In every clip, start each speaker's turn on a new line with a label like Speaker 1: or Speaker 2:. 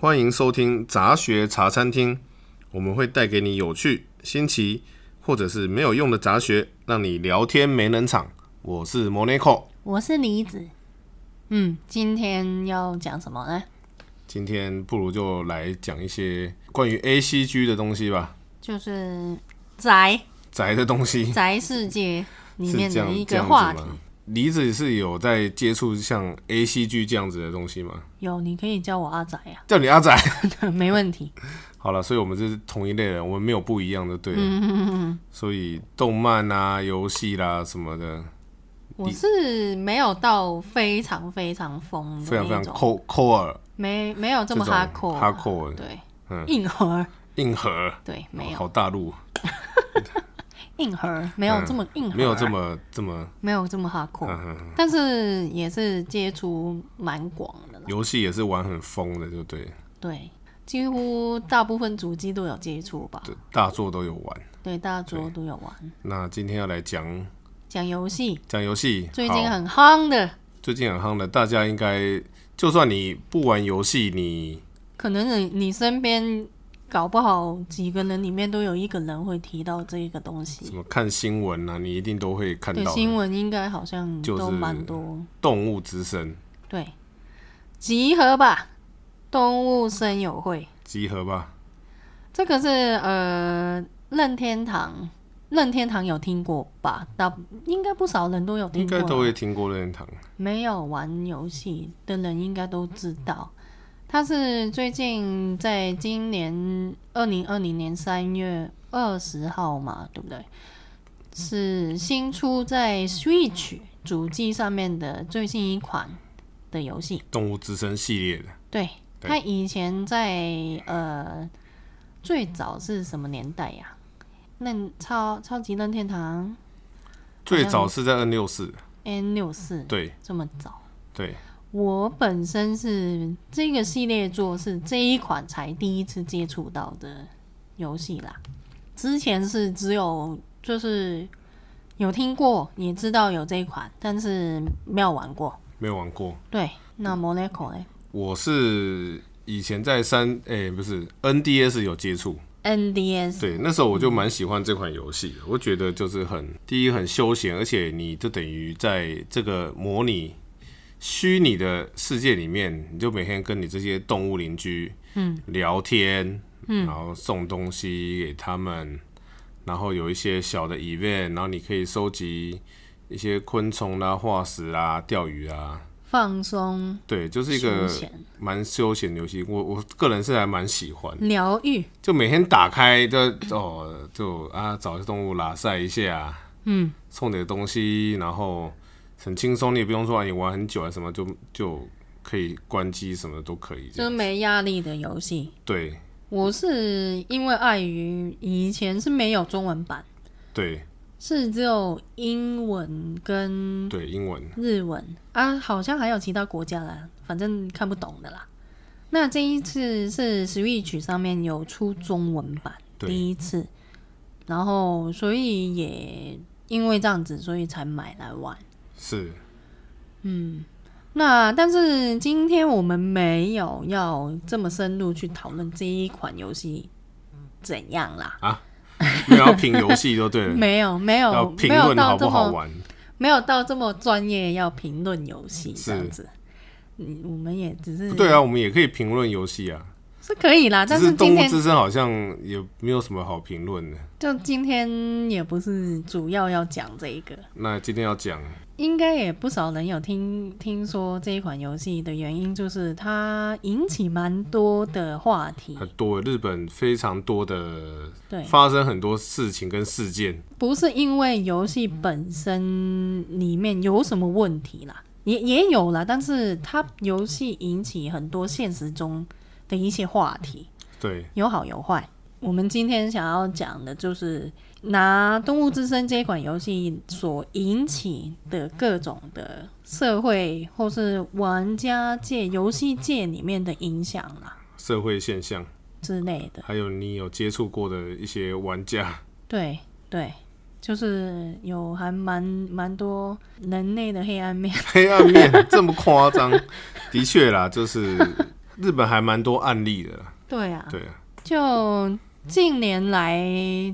Speaker 1: 欢迎收听杂学茶餐厅，我们会带给你有趣、新奇或者是没有用的杂学，让你聊天没冷场。我是 Monaco，
Speaker 2: 我是梨子。嗯，今天要讲什么呢？
Speaker 1: 今天不如就来讲一些关于 A C G 的东西吧，
Speaker 2: 就是 宅
Speaker 1: 宅的东西
Speaker 2: 宅世界里
Speaker 1: 是
Speaker 2: 面
Speaker 1: 这
Speaker 2: 的
Speaker 1: 样
Speaker 2: 一
Speaker 1: 这
Speaker 2: 个
Speaker 1: 样
Speaker 2: 话
Speaker 1: 子
Speaker 2: 题。
Speaker 1: 吗？梨子是有在接触像 A C G 这样子的东西吗？
Speaker 2: 有，你可以叫我阿宅呀、
Speaker 1: 叫你阿仔。
Speaker 2: 没问题。
Speaker 1: 好了，所以我们这是同一类人，我们没有不一样的，对了。
Speaker 2: 嗯
Speaker 1: 所以动漫啊、游戏啦什么的，
Speaker 2: 我是没有到非常非常疯
Speaker 1: 非
Speaker 2: 的
Speaker 1: 常非
Speaker 2: 那
Speaker 1: 常
Speaker 2: 种，
Speaker 1: core core
Speaker 2: 没没有这么
Speaker 1: 这种
Speaker 2: hardcore 啊
Speaker 1: hardcore
Speaker 2: 对，
Speaker 1: 嗯哦
Speaker 2: 硬核，
Speaker 1: 硬核，
Speaker 2: 对，没有
Speaker 1: 好大陆，
Speaker 2: 硬核，没有这么硬
Speaker 1: 嗯
Speaker 2: 核，啊
Speaker 1: 没有这么这么
Speaker 2: 没有这么 hardcore，、
Speaker 1: 嗯嗯
Speaker 2: 但是也是接触蛮广的啦。
Speaker 1: 游戏也是玩很疯的，就对，
Speaker 2: 对，几乎大部分主机都有接触吧。
Speaker 1: 对大作都有玩。
Speaker 2: 对，大家桌都有玩。
Speaker 1: 那今天要来讲
Speaker 2: 讲游戏，
Speaker 1: 讲游戏，
Speaker 2: 最
Speaker 1: 好
Speaker 2: 近很夯的，
Speaker 1: 最近很夯的，大家应该就算你不玩游戏，你
Speaker 2: 可能你你身边搞不好几个人里面都有一个人会提到这个东
Speaker 1: 什
Speaker 2: 西。
Speaker 1: 么看新闻啊，你一定都会看
Speaker 2: 对，
Speaker 1: 到的
Speaker 2: 新闻应该好像
Speaker 1: 就是
Speaker 2: 都蛮多。
Speaker 1: 动物之声》
Speaker 2: 对，集合吧，动物声友会，
Speaker 1: 集合吧，
Speaker 2: 这个是呃任天堂。任天堂有听过吧？大应该不少人都有
Speaker 1: 应
Speaker 2: 听过
Speaker 1: 该
Speaker 2: 啦，
Speaker 1: 都会听过任天堂。
Speaker 2: 没有玩游戏的人应该都知道，它是最近在今年二零二零年三月二十号嘛，对不对？是新出在 Switch 主机上面的最新一款的游戏。
Speaker 1: 动物之声系列的，
Speaker 2: 对，
Speaker 1: 对
Speaker 2: 它以前在呃最早是什么年代呀、那超超级任天堂
Speaker 1: 最早是在 N 六四，
Speaker 2: N 六四
Speaker 1: 对
Speaker 2: 这么早。
Speaker 1: 对，
Speaker 2: 我本身是这个系列作是这一款才第一次接触到的游戏啦，之前是只有就是有听过，也知道有这一款，但是没有玩过。
Speaker 1: 没有玩过。
Speaker 2: 对，那 Monaco 呢
Speaker 1: 我是以前在三诶、不是 NDS 有接触，
Speaker 2: ？NDS
Speaker 1: 对，那时候我就蛮喜欢这款游戏的。我觉得就是很第一很休闲，而且你就等于在这个模拟虚拟的世界里面，你就每天跟你这些动物邻居嗯聊天，嗯，然后送东西给他们，然后有一些小的 event，然后你可以收集一些昆虫啦、化石啦、钓鱼啊，
Speaker 2: 放松、
Speaker 1: 对，就是一
Speaker 2: 休
Speaker 1: 个
Speaker 2: 闲、
Speaker 1: 蛮休闲的游戏。我我个人是还蛮喜欢的。
Speaker 2: 疗愈，
Speaker 1: 就每天打开就哦，就啊找一些动物拉晒一下，
Speaker 2: 嗯，
Speaker 1: 送点东西，然后很轻松，你也不用说啊你玩很久啊什么，就就可以关机什么都可以这
Speaker 2: 就是
Speaker 1: 样。
Speaker 2: 没压力的游戏。
Speaker 1: 对
Speaker 2: 我是因为碍于以前是没有中文版，
Speaker 1: 对
Speaker 2: 是只有英文跟
Speaker 1: 对，英文
Speaker 2: 日文啊，好像还有其他国家啦，反正看不懂的啦。那这一次是 Switch 上面有出中文版，
Speaker 1: 对
Speaker 2: 第一次，然后所以也因为这样子，所以才买来玩。
Speaker 1: 是
Speaker 2: 那但是今天我们没有要这么深入去讨论这一款游戏怎样啦，
Speaker 1: 没有要评游戏就对了，
Speaker 2: 没有没
Speaker 1: 啊要
Speaker 2: 有
Speaker 1: 评
Speaker 2: 没有
Speaker 1: 论
Speaker 2: 到
Speaker 1: 好
Speaker 2: 这
Speaker 1: 不好
Speaker 2: 么
Speaker 1: 玩。
Speaker 2: 没有到这么专业要评论游戏这样
Speaker 1: 是
Speaker 2: 子。嗯，我们也只是
Speaker 1: 不对啊，我们也可以评论游戏啊，
Speaker 2: 是可以啦，
Speaker 1: 只
Speaker 2: 但
Speaker 1: 是
Speaker 2: 是
Speaker 1: 《
Speaker 2: 今
Speaker 1: 动物
Speaker 2: 天
Speaker 1: 之声》好像也没有什么好评论的。
Speaker 2: 就今天也不是主要要讲这一个，
Speaker 1: 那今天要讲
Speaker 2: 应该也不少人有听听说这一款游戏的原因，就是它引起蛮多的话题。
Speaker 1: 很多日本非常多的
Speaker 2: 对，
Speaker 1: 发生很多事情跟事件，
Speaker 2: 不是因为游戏本身里面有什么问题啦，也也有啦，但是它游戏引起很多现实中的一些话题。
Speaker 1: 对，
Speaker 2: 有好有坏。我们今天想要讲的就是拿《动物之声》这一款游戏所引起的各种的社会或是玩家界、游戏界里面的影响啦
Speaker 1: 社会现象，
Speaker 2: 之类的。
Speaker 1: 还有你有接触过的一些玩家，
Speaker 2: 对对，就是有还蛮蛮多人类的黑暗面。
Speaker 1: 黑暗面这么夸张，的确啦，就是日本还蛮多案例的啦，
Speaker 2: 对啊，
Speaker 1: 对啊，
Speaker 2: 就近年来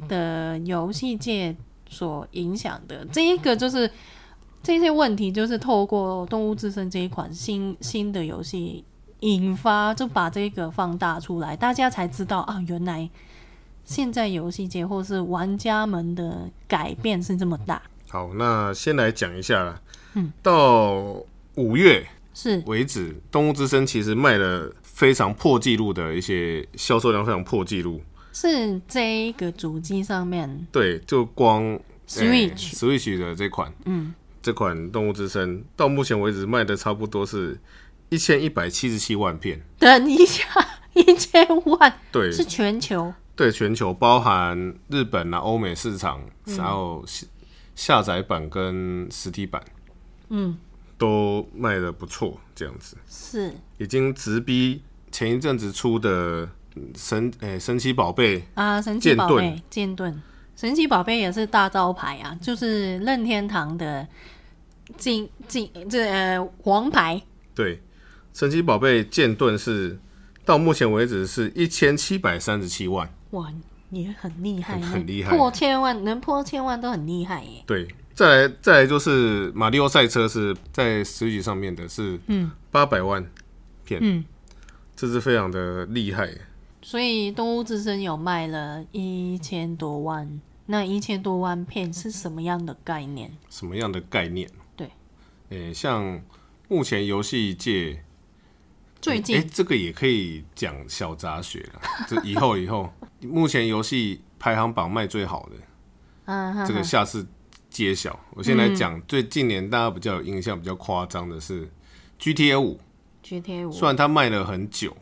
Speaker 2: 的游戏界所影响的这一个就是这些问题，就是透过《动物之声》这一款新新的游戏引发，就把这个放大出来，大家才知道啊，原来现在游戏界或是玩家们的改变是这么大，
Speaker 1: 好，那先来讲一下啦，嗯，到五月
Speaker 2: 是
Speaker 1: 为止，《动物之声》其实卖了非常破纪录的一些销售量，非常破纪录。
Speaker 2: 是这一个主机上面
Speaker 1: 对，就光呃
Speaker 2: Switch
Speaker 1: Switch 的这款，
Speaker 2: 嗯，
Speaker 1: 这款《动物之声》到目前为止卖的差不多是一千一百七十七万片，
Speaker 2: 等一下一千万
Speaker 1: 对
Speaker 2: 是全球
Speaker 1: 对，全球包含日本啊、欧美市场，
Speaker 2: 嗯
Speaker 1: 然后下下载版跟实体版，
Speaker 2: 嗯，
Speaker 1: 都卖的不错，这样子。
Speaker 2: 是
Speaker 1: 已经直逼前一阵子出的嗯神诶、神奇宝贝，
Speaker 2: 啊，神奇
Speaker 1: 剑
Speaker 2: 宝
Speaker 1: 盾
Speaker 2: 贝剑盾，神奇宝贝也是大招牌啊，就是任天堂的金金这呃王牌，
Speaker 1: 对，神奇宝贝剑盾是到目前为止是一千七百三十七万，
Speaker 2: 哇，也很厉害，
Speaker 1: 很很厉害
Speaker 2: 破千万能破千万都很厉害耶。
Speaker 1: 对。再来，再来就是马里奥赛车是在十几上面的是
Speaker 2: 嗯
Speaker 1: 八百万片，
Speaker 2: 嗯，
Speaker 1: 这是非常的厉害。
Speaker 2: 所以《动物之声》有卖了一千多万，那一千多万片是什么样的概念？
Speaker 1: 什么样的概念？
Speaker 2: 对，
Speaker 1: 诶、像目前游戏界
Speaker 2: 最
Speaker 1: 哎、
Speaker 2: 近
Speaker 1: 这个也可以讲小杂学了。这以后以后， 目前游戏排行榜卖最好的，
Speaker 2: 啊哈
Speaker 1: 这
Speaker 2: 哈
Speaker 1: 个下次揭晓。我先来
Speaker 2: 嗯
Speaker 1: 讲最近年大家比较有印象、比较夸张的是 GTA 五，
Speaker 2: ，GTA
Speaker 1: 虽
Speaker 2: 五
Speaker 1: 然它卖了很久，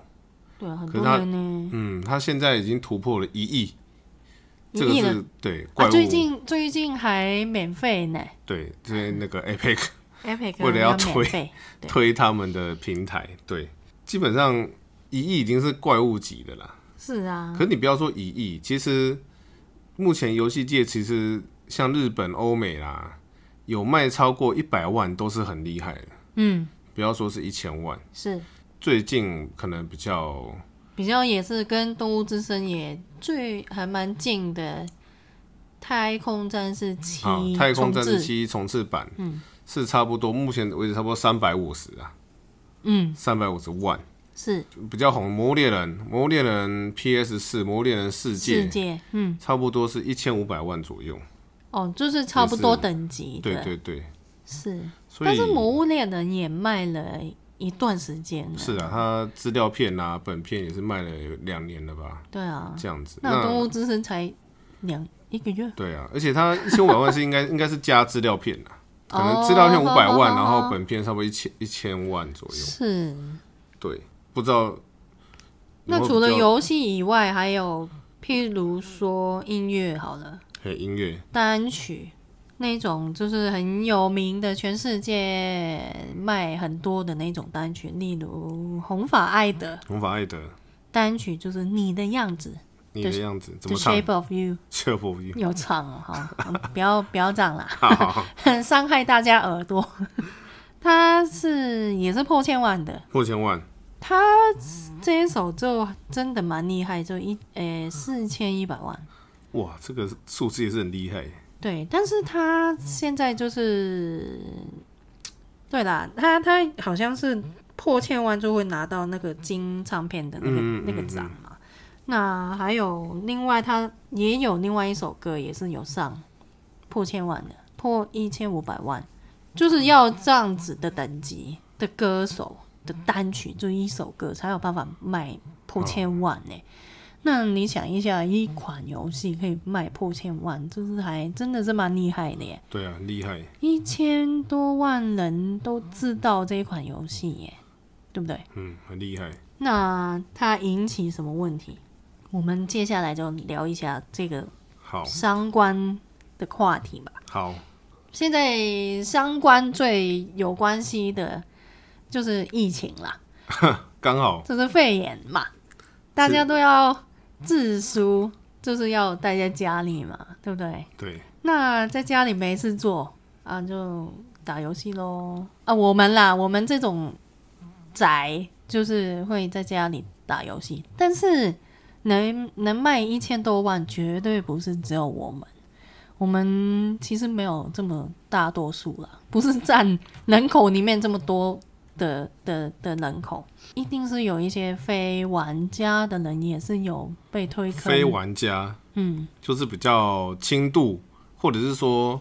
Speaker 2: 对啊很
Speaker 1: 可
Speaker 2: 多
Speaker 1: 是它
Speaker 2: 人呢，
Speaker 1: 嗯，它现在已经突破了一亿，
Speaker 2: 一
Speaker 1: 这个
Speaker 2: 亿了
Speaker 1: 是对怪
Speaker 2: 啊
Speaker 1: 物，
Speaker 2: 最近最近还免费呢
Speaker 1: 对，就是那个 Epic
Speaker 2: ，Epic
Speaker 1: 为了要
Speaker 2: 免
Speaker 1: 推
Speaker 2: 费，嗯对
Speaker 1: 推他们的平台，对，基本上一亿已经是怪物级的啦。
Speaker 2: 是啊，
Speaker 1: 可是你不要说一亿，其实目前游戏界其实像日本、欧美啦，有卖超过一百万都是很厉害的，
Speaker 2: 嗯，
Speaker 1: 不要说是一千万。
Speaker 2: 是
Speaker 1: 最近可能比较
Speaker 2: 比较也是跟《动物之声》也最还蛮近的，《太空战士七》
Speaker 1: 啊，《太空战士
Speaker 2: 重置，
Speaker 1: 七》重置版，
Speaker 2: 嗯，
Speaker 1: 是差不多目前为止差不多三百五十啊，
Speaker 2: 嗯，
Speaker 1: 三百五十万
Speaker 2: 是
Speaker 1: 比较红。《魔物猎人》《魔物猎人》PS 四，《魔物猎人世界
Speaker 2: 世》界，嗯，
Speaker 1: 差不多是一千五百万左右。
Speaker 2: 哦，就是差不多
Speaker 1: 就是
Speaker 2: 等级的，
Speaker 1: 对对对，
Speaker 2: 是。
Speaker 1: 所以
Speaker 2: 但是《魔物猎人》也卖了一段时间了，
Speaker 1: 是啊，他资料片啊，本片也是卖了有两年了吧，
Speaker 2: 对啊，
Speaker 1: 这样子。
Speaker 2: 那《动物之声》才两一个月，
Speaker 1: 对啊，而且他一千五百万是应该 应该是加资料片啊，可能
Speaker 2: 哦
Speaker 1: 资料片五百万，
Speaker 2: 好
Speaker 1: 然
Speaker 2: 好好
Speaker 1: 后本片差不多一千一千万左右。
Speaker 2: 是。
Speaker 1: 对，不知道。
Speaker 2: 那除了游戏以外，还有譬如说音乐好了。
Speaker 1: 嘿音乐，
Speaker 2: 单曲那种，就是很有名的，全世界卖很多的那种单曲，例如红发爱的
Speaker 1: 红发爱德，
Speaker 2: 单曲就是《你的样子
Speaker 1: 你的样子》怎
Speaker 2: （The
Speaker 1: 么 唱
Speaker 2: Shape of You），
Speaker 1: ？Shape of You，
Speaker 2: 有唱哦，好，嗯不要不要这样啦，
Speaker 1: 好好好，
Speaker 2: 很伤害大家耳朵。 它是也是破千万的，
Speaker 1: 破千万，
Speaker 2: 它这一首就真的蛮厉害，就一呃四千一百万。
Speaker 1: 哇，这个数字也是很厉害。
Speaker 2: 对，但是他现在就是，对啦，他他好像是破千万就会拿到那个金唱片的那个、
Speaker 1: 嗯嗯嗯
Speaker 2: 那个奖嘛。那还有另外，他也有另外一首歌也是有上破千万的，破一千五百万，就是要这样子的等级的歌手的单曲，就一首歌才有办法卖破千万呢、那你想一下，一款游戏可以卖破千万，就是还真的是蛮厉害的耶！
Speaker 1: 对啊，很厉害。
Speaker 2: 一千多万人都知道这一款游戏耶，对不对？
Speaker 1: 嗯，很厉害。
Speaker 2: 那它引起什么问题？我们接下来就聊一下这个
Speaker 1: 好，
Speaker 2: 相关的话题吧。
Speaker 1: 好，
Speaker 2: 现在相关最有关系的就是疫情啦，
Speaker 1: 刚好
Speaker 2: 就是肺炎嘛，大家都要自纾，就是要待在家里嘛，对不对？
Speaker 1: 对，
Speaker 2: 那在家里没事做啊，就打游戏喽。啊，我们啦，我们这种宅就是会在家里打游戏，但是能能卖一千多万，绝对不是只有我们。我们其实没有这么大多数啦，不是占人口里面这么多的的的人口，一定是有一些非玩家的人也是有被推坑。
Speaker 1: 非玩家
Speaker 2: 嗯，
Speaker 1: 就是比较轻度，或者是说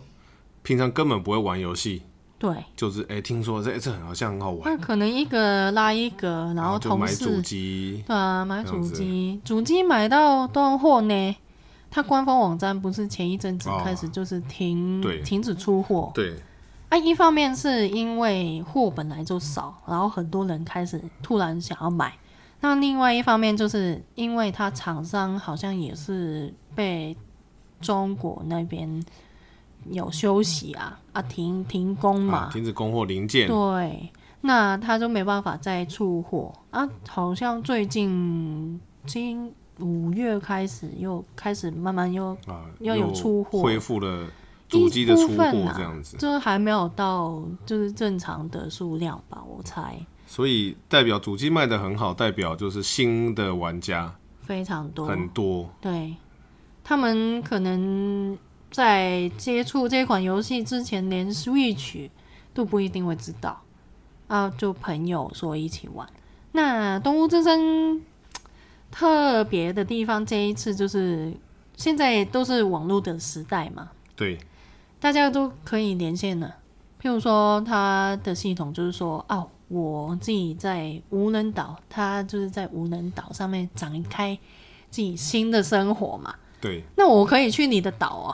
Speaker 1: 平常根本不会玩游戏，
Speaker 2: 对，
Speaker 1: 就是哎、听说这、哎这很好像很好玩，
Speaker 2: 那可能一个拉一个，然后
Speaker 1: 就
Speaker 2: 同
Speaker 1: 买主
Speaker 2: 事
Speaker 1: 机，
Speaker 2: 对啊，买
Speaker 1: 这
Speaker 2: 主
Speaker 1: 样子
Speaker 2: 机，主机买到断货呢。它官方网站不是前一阵子
Speaker 1: 哦
Speaker 2: 开始就是停、
Speaker 1: 对
Speaker 2: 停止出货，
Speaker 1: 对，
Speaker 2: 啊，一方面是因为货本来就少，然后很多人开始突然想要买。那另外一方面，就是因为它厂商好像也是被中国那边有休息啊啊停停工嘛，
Speaker 1: 啊，停止供货零件，
Speaker 2: 对，那他就没办法再出货啊。好像最近今五月开始又开始慢慢又
Speaker 1: 啊，
Speaker 2: 要有
Speaker 1: 又
Speaker 2: 出货
Speaker 1: 恢复了主机的
Speaker 2: 一
Speaker 1: 出
Speaker 2: 部
Speaker 1: 货
Speaker 2: 分啊
Speaker 1: 这样子，
Speaker 2: 就是还没有到就是正常的数量吧，我猜
Speaker 1: 所以代表主机卖的很好，代表就是新的玩家
Speaker 2: 非常多。
Speaker 1: 很多，
Speaker 2: 对，他们可能在接触这款游戏之前，连 Switch 都不一定会知道啊，就朋友说一起玩。那《动物之声》特别的地方，这一次就是现在都是网络的时代嘛，
Speaker 1: 对，
Speaker 2: 大家都可以连线了。譬如说，它的系统就是说，哦，我自己在无人岛，它就是在无人岛上面展开自己新的生活嘛。
Speaker 1: 对，
Speaker 2: 那我可以去你的岛哦，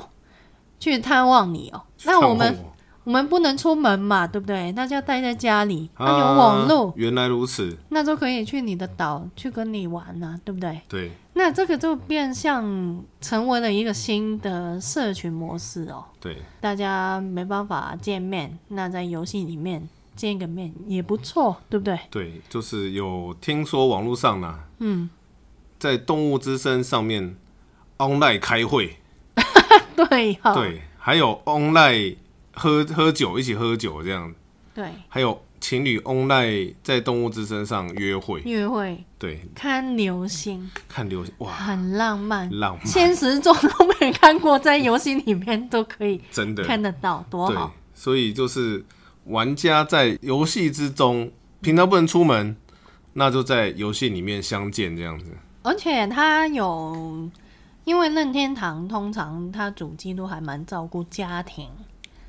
Speaker 2: 去探望你哦。那
Speaker 1: 看
Speaker 2: 我们
Speaker 1: 货
Speaker 2: 我们不能出门嘛，对不对？大家待在家里，那、
Speaker 1: 啊
Speaker 2: 有网络，
Speaker 1: 原来如此，
Speaker 2: 那就可以去你的岛去跟你玩啊，对不对？
Speaker 1: 对，
Speaker 2: 那这个就变相成为了一个新的社群模式哦。
Speaker 1: 对，
Speaker 2: 大家没办法见面，那在游戏里面见个面也不错，对不对？
Speaker 1: 对，就是有听说网络上呢、
Speaker 2: 嗯，
Speaker 1: 在动物之声上面 online 开会，
Speaker 2: 对哈、
Speaker 1: 对，还有 online 喝喝酒，一起喝酒这样，
Speaker 2: 对，
Speaker 1: 还有情侣 online 在动物之声上约会，
Speaker 2: 约会
Speaker 1: 对，
Speaker 2: 看流星，
Speaker 1: 看流星，哇，
Speaker 2: 很浪漫。
Speaker 1: 浪漫，
Speaker 2: 现实中都没看过，在游戏里面都可以
Speaker 1: 真的，
Speaker 2: 看得到，多
Speaker 1: 对
Speaker 2: 好！，
Speaker 1: 所以就是玩家在游戏之中，平常不能出门，那就在游戏里面相见这样子，
Speaker 2: 而且它有，因为任天堂通常它主机都还蛮照顾家庭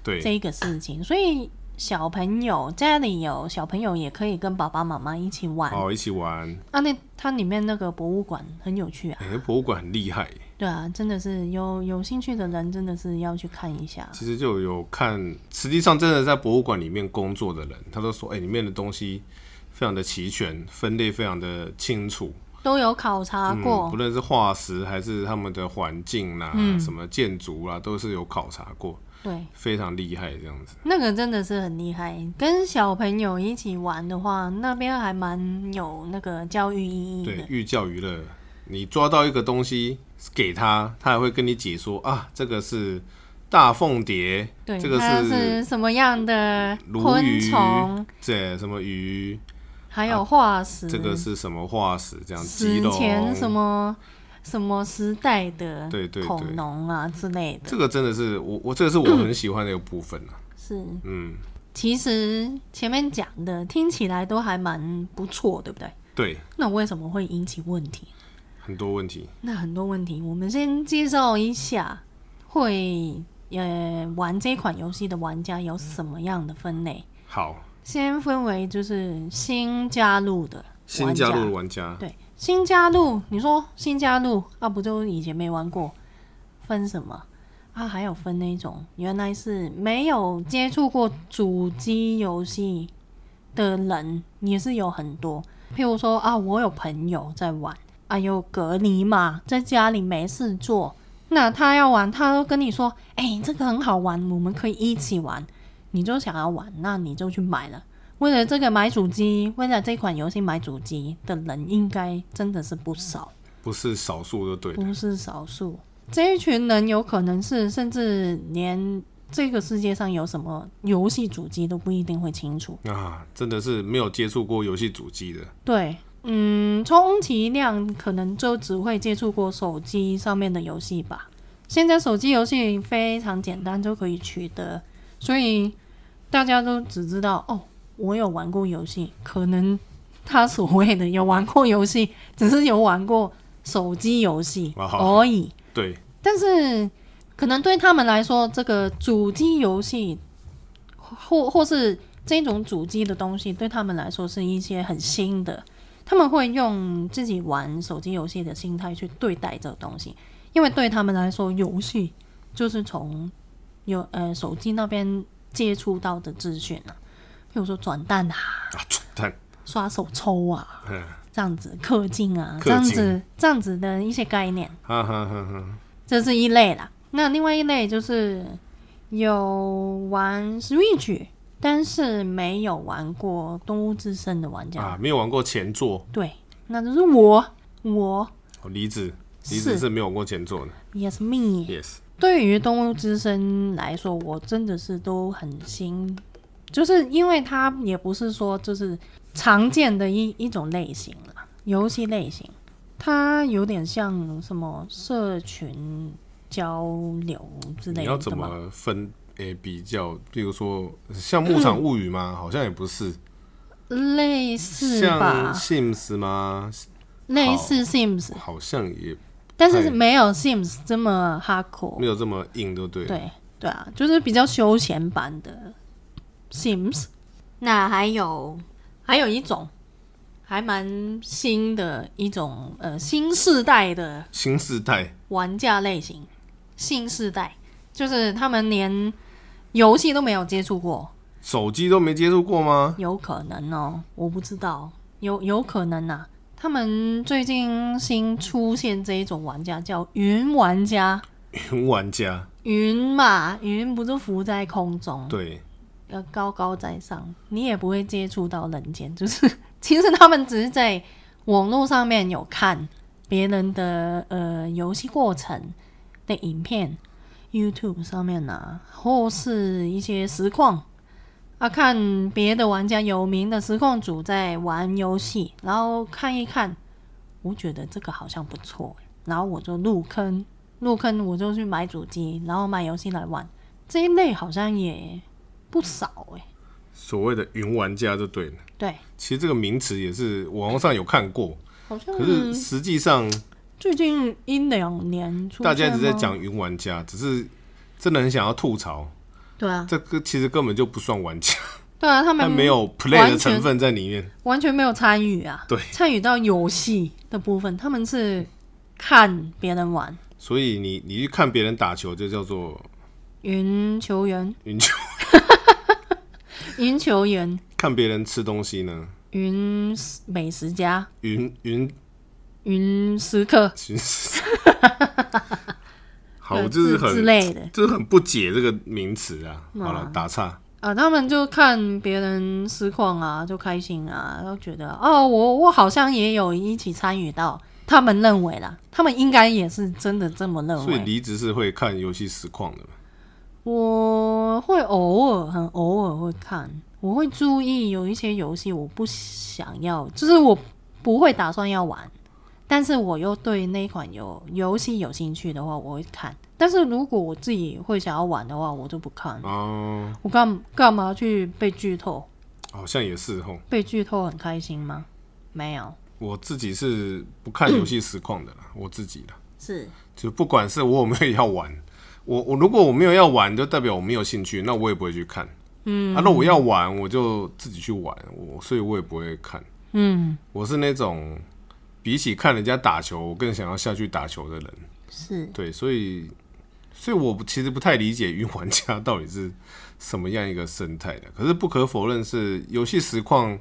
Speaker 1: 对，
Speaker 2: 这个事情，所以小朋友家里有小朋友也可以跟爸爸妈妈一起玩。
Speaker 1: 哦，一起玩，
Speaker 2: 啊，那它里面那个博物馆很有趣啊，
Speaker 1: 哎、博物馆很厉害耶。
Speaker 2: 对啊，真的是有有兴趣的人真的是要去看一下。
Speaker 1: 其实就有看，实际上真的在博物馆里面工作的人，他都说，哎、里面的东西非常的齐全，分类非常的清楚，
Speaker 2: 都有考察
Speaker 1: 嗯，
Speaker 2: 过嗯
Speaker 1: 不，论是化石还是他们的环境啦、什么建筑啦，都是有考察过，
Speaker 2: 对，
Speaker 1: 非常厉害这样子。
Speaker 2: 那个真的是很厉害。跟小朋友一起玩的话，那边还蛮有那个教育意义
Speaker 1: 对
Speaker 2: 的，。
Speaker 1: 寓教于乐，你抓到一个东西给他，他还会跟你解说啊，这个是大凤蝶，
Speaker 2: 对，
Speaker 1: 这个
Speaker 2: 它
Speaker 1: 是
Speaker 2: 是什么样的
Speaker 1: 鲈
Speaker 2: 昆
Speaker 1: 鱼
Speaker 2: 虫，，
Speaker 1: 这什么鱼，
Speaker 2: 还有化石，
Speaker 1: 这个是什么化石，这样棘
Speaker 2: 史
Speaker 1: 龙
Speaker 2: 前什么什么时代的
Speaker 1: 对对对
Speaker 2: 恐龙啊之类的，
Speaker 1: 这个真的是我我这个是我很喜欢的一个部分啊。
Speaker 2: 是
Speaker 1: 嗯，
Speaker 2: 其实前面讲的听起来都还蛮不错，对不对？
Speaker 1: 对，
Speaker 2: 那为什么会引起问题？
Speaker 1: 很多问题，
Speaker 2: 那很多问题，我们先介绍一下，会呃玩这款游戏的玩家有什么样的分类？
Speaker 1: 好，
Speaker 2: 先分为就是新加入的
Speaker 1: 新
Speaker 2: 玩家
Speaker 1: 加入的玩家，
Speaker 2: 对新加入，你说新加入啊，不就以前没玩过，分什么啊？还有分那种原来是没有接触过主机游戏的人，也是有很多。譬如说啊，我有朋友在玩，啊，有隔离嘛，在家里没事做，那他要玩，他都跟你说，哎、这个很好玩，我们可以一起玩，你就想要玩，那你就去买了。为了这个买主机，为了这款游戏买主机的人，应该真的是不少，
Speaker 1: 不是少
Speaker 2: 嗯
Speaker 1: 数就对了，
Speaker 2: 不是少数。这一群人有可能是甚至连这个世界上有什么游戏主机都不一定会清楚。
Speaker 1: 啊，真的是没有接触过游戏主机的，
Speaker 2: 对，嗯，充其量可能就只会接触过手机上面的游戏吧。现在手机游戏非常简单就可以取得，所以大家都只知道哦，我有玩过游戏，可能他所谓的有玩过游戏，只是有玩过手机游戏
Speaker 1: 哇
Speaker 2: 而已。
Speaker 1: 对，
Speaker 2: 但是可能对他们来说，这个主机游戏或或是这种主机的东西，对他们来说是一些很新的。他们会用自己玩手机游戏的心态去对待这个东西，因为对他们来说，游戏就是从有呃手机那边接触到的资讯啊，比如说转蛋啊、
Speaker 1: 啊，蠢蛋，
Speaker 2: 刷手抽啊
Speaker 1: 嗯，
Speaker 2: 这样子氪金啊，
Speaker 1: 氪
Speaker 2: 这样
Speaker 1: 金
Speaker 2: 子这样子的一些概念。
Speaker 1: 哈哈哈哈，
Speaker 2: 这是一类啦。那另外一类就是有玩 Switch，但是没有玩过《动物之声》的玩家。
Speaker 1: 啊，没有玩过前作，
Speaker 2: 对，那就是我，我
Speaker 1: 哦离子，离子
Speaker 2: 是
Speaker 1: 是没有玩过前作的
Speaker 2: Yes me。
Speaker 1: ，yes，
Speaker 2: 对于《动物之声》来说，我真的是都很新，就是因为它也不是说就是常见的一一种类型啦，游戏类型，它有点像什么社群交流之
Speaker 1: 你
Speaker 2: 类的
Speaker 1: 要怎
Speaker 2: 嘛
Speaker 1: 么分？诶、比较，比如说像《牧
Speaker 2: 嗯
Speaker 1: 场物语》吗？好像也不是，
Speaker 2: 类似
Speaker 1: 像
Speaker 2: 吧，
Speaker 1: Sims 吗？
Speaker 2: 类似 Sims，
Speaker 1: 好像也
Speaker 2: 但是没有 Sims 这么 hardcore。
Speaker 1: 没有这么硬，对不对？
Speaker 2: 对对啊，就是比较休闲版的 Sims。那还有还有一种还蛮新的一种呃新世代的
Speaker 1: 新时代
Speaker 2: 玩家类型，新世代就是他们连游戏都没有接触过，
Speaker 1: 手机都没接触过吗？
Speaker 2: 有可能哦，我不知道，有有可能啊呐、他们最近新出现这一种玩家叫云玩家，
Speaker 1: 云玩家，
Speaker 2: 云嘛，云不是浮在空中，
Speaker 1: 对，
Speaker 2: 要高高在上，你也不会接触到人间。 就是其实他们只是在网络上面有看别人的呃游戏过程的影片，YouTube 上面啊，或是一些实况啊，看别的玩家有名的实况组在玩游戏，然后看一看，我觉得这个好像不错，然后我就入坑，入坑我就去买主机，然后买游戏来玩。这一类好像也不少哎、
Speaker 1: 所谓的云玩家就对了。
Speaker 2: 对，
Speaker 1: 其实这个名词也是网络上有看过，
Speaker 2: 好像
Speaker 1: 可是实际上
Speaker 2: 最近一两年出现
Speaker 1: 大家一直在
Speaker 2: 吗，
Speaker 1: 讲云玩家，只是真的很想要吐槽，
Speaker 2: 对啊，
Speaker 1: 这个其实根本就不算玩家，
Speaker 2: 对啊，他
Speaker 1: 它
Speaker 2: 们
Speaker 1: 没有 play 的成分在里面。
Speaker 2: 完全没有参与啊，
Speaker 1: 对
Speaker 2: 参与到游戏的部分，他们是看别人玩
Speaker 1: 所以你你去看别人打球，就叫做
Speaker 2: 云球员、
Speaker 1: 云球；
Speaker 2: 云球员、
Speaker 1: 看别人吃东西呢，
Speaker 2: 云美食家、
Speaker 1: 云云
Speaker 2: 云食客
Speaker 1: 寻死。 好，
Speaker 2: 呃
Speaker 1: 我就是
Speaker 2: 之之
Speaker 1: 很
Speaker 2: 类的
Speaker 1: 就是很不解这个名词啊。
Speaker 2: 嗯
Speaker 1: 好了，打岔。
Speaker 2: 啊，他们就看别人实况啊，就开心啊，然后觉得哦，我我好像也有一起参与到。他们认为啦，他们应该也是真的这么认为。
Speaker 1: 所以离职是会看游戏实况的，
Speaker 2: 我会偶尔很偶尔会看，我会注意有一些游戏我不想要，就是我不会打算要玩，但是我又对那一款游游戏有兴趣的话，我会看。但是如果我自己会想要玩的话，我就不看。
Speaker 1: 哦，
Speaker 2: 我干干嘛去被剧透？
Speaker 1: 好像也是吼。
Speaker 2: 被剧透很开心吗？没有，
Speaker 1: 我自己是不看游戏实况的啦，我自己的，
Speaker 2: 是
Speaker 1: 就不管是我有没有要玩，我我如果我没有要玩，就代表我没有兴趣，那我也不会去看。嗯，啊，那我要玩，我就自己去玩，我所以我也不会看。
Speaker 2: 嗯，
Speaker 1: 我是那种比起看人家打球，我更想要下去打球的人。
Speaker 2: 是
Speaker 1: 对，所以，所以我其实不太理解云玩家到底是什么样一个生态的。可是不可否认是，游戏实况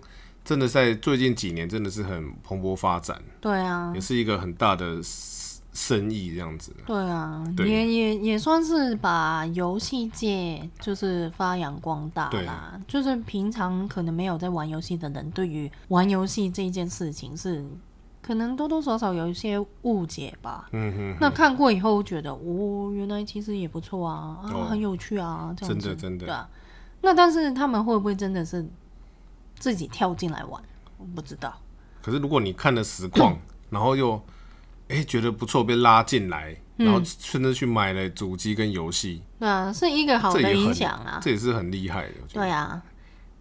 Speaker 1: 真的在最近几年真的是很蓬勃发展，
Speaker 2: 对啊
Speaker 1: 也，是一个很大的 s- 生意这样子。
Speaker 2: 对啊，
Speaker 1: 对
Speaker 2: 也也也算是把游戏界就是发扬光大啦。就是平常可能没有在玩游戏的人，对于玩游戏这件事情是可能多多少少有一些误解吧。
Speaker 1: 嗯
Speaker 2: 那看过以后，觉得哦，原来其实也不错啊，啊，
Speaker 1: 哦
Speaker 2: 很有趣啊，这样
Speaker 1: 真
Speaker 2: 子
Speaker 1: 的真的
Speaker 2: 对啊。那但是他们会不会真的是自己跳进来玩？我不知道。
Speaker 1: 哼。可是如果你看了实
Speaker 2: 嗯
Speaker 1: 况，然后又哎、觉得不错，被拉进来，
Speaker 2: 嗯
Speaker 1: 然后甚至去买了主机跟游戏，
Speaker 2: 那是一个好
Speaker 1: 这
Speaker 2: 的
Speaker 1: 也
Speaker 2: 影
Speaker 1: 很
Speaker 2: 响啊，
Speaker 1: 这也是很厉害的。我觉得
Speaker 2: 对啊，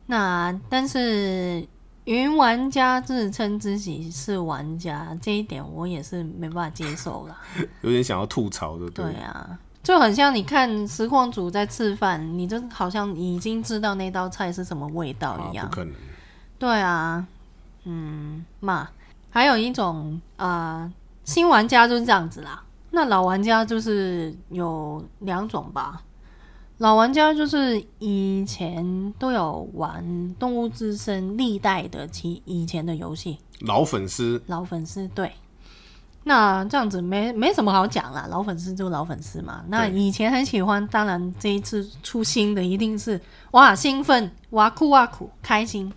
Speaker 2: 那但是云玩家自称自己是玩家，这一点我也是没办法接受啦。
Speaker 1: 有点想要吐槽的，对
Speaker 2: 对。啊，就很像你看实况组在吃饭，你就好像已经知道那道菜是什么味道
Speaker 1: 啊
Speaker 2: 一，样
Speaker 1: 不。可能，
Speaker 2: 对啊，嗯嘛，还有一种呃，新玩家就是这样子啦。那老玩家就是有两种吧。老玩家就是以前都有玩《动物之声》历代的其以前的游戏，
Speaker 1: 老粉丝
Speaker 2: 老粉丝对。那这样子没没什么好讲啦，老粉丝就老粉丝嘛。那
Speaker 1: 对
Speaker 2: 以前很喜欢，当然这一次出新的一定是哇兴奋哇酷哇酷开心。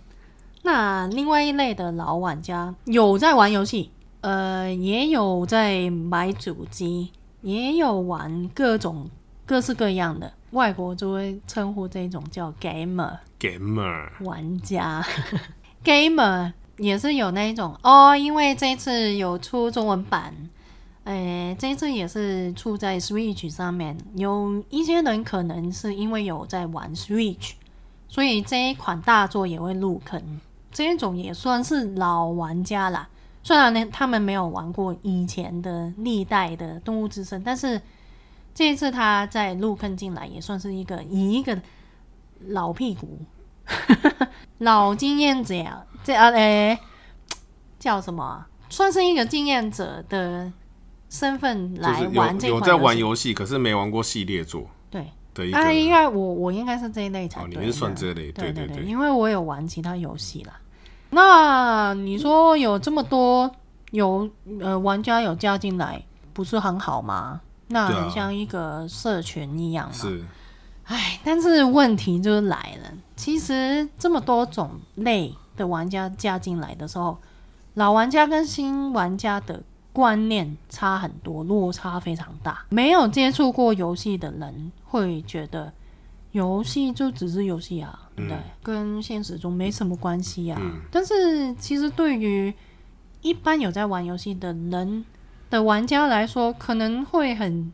Speaker 2: 那另外一类的老玩家有在玩游戏，呃，也有在买主机，也有玩各种各式各样的。外国就会称呼这种叫 gamer。
Speaker 1: gamer
Speaker 2: 玩家 gamer 也是有那一种哦，因为这一次有出中文版，诶、这一次也是出在 Switch 上面，有一些人可能是因为有在玩 Switch，所以这一款大作也会入坑，这一种也算是老玩家啦。虽然呢，他们没有玩过以前的历代的《动物之声》，但是这一次他在入坑进来，也算是一个以一个老屁股 老经验者呀，这啊诶，叫什么啊、算是一个经验者的身份
Speaker 1: 就
Speaker 2: 来
Speaker 1: 是有
Speaker 2: 玩这款
Speaker 1: 有在玩
Speaker 2: 游戏
Speaker 1: 游戏，可是没玩过系列作
Speaker 2: 对。
Speaker 1: 的一个
Speaker 2: 啊，应该我我应该是这一类才
Speaker 1: 哦
Speaker 2: 对
Speaker 1: 你
Speaker 2: 的。
Speaker 1: 是算这类
Speaker 2: 对
Speaker 1: 对
Speaker 2: 对
Speaker 1: 对对
Speaker 2: 因为我有玩其他游戏啦。那你说有这么多有呃玩家有加进来，不是很好吗？那
Speaker 1: 对啊
Speaker 2: 很像一个社群一样嘛。
Speaker 1: 是
Speaker 2: 唉，但是问题就来了，其实这么多种类的玩家加进来的时候，老玩家跟新玩家的观念差很多，落差非常大。没有接触过游戏的人会觉得，游戏就只是游戏啊，
Speaker 1: 嗯
Speaker 2: 对不对？跟现实中没什么关系啊。但是其实对于一般有在玩游戏的人的玩家来说，可能会很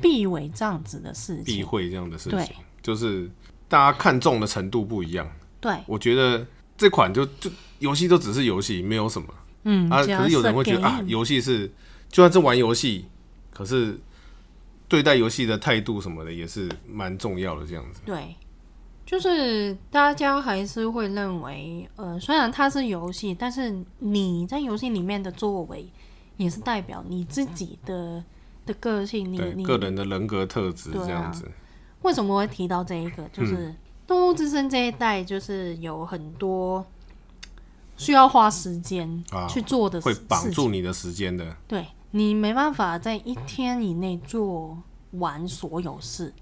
Speaker 2: 避讳这样子的事情
Speaker 1: 避。讳这样的事
Speaker 2: 对
Speaker 1: 情，就是大家看中的程度不一样。
Speaker 2: 对，
Speaker 1: 我觉得这款就就游戏都只是游戏，没有什么
Speaker 2: 嗯，
Speaker 1: 啊。
Speaker 2: 只要
Speaker 1: 可是有人会觉得
Speaker 2: game
Speaker 1: 啊，游戏是就算是玩游戏，可是对待游戏的态度什么的也是蛮重要的。这样子，
Speaker 2: 对，就是大家还是会认为，呃，虽然它是游戏，但是你在游戏里面的作为，也是代表你自己的的个性，你
Speaker 1: 对
Speaker 2: 你
Speaker 1: 个人的人格特质
Speaker 2: 对啊
Speaker 1: 这样子，
Speaker 2: 为什么会提到这一个？就是
Speaker 1: 嗯
Speaker 2: 《动物之声》这一代，就是有很多需要花时间
Speaker 1: 啊
Speaker 2: 去做的事
Speaker 1: 会
Speaker 2: 情，
Speaker 1: 绑住你的时间的。
Speaker 2: 对你没办法在一天以内做完所有事。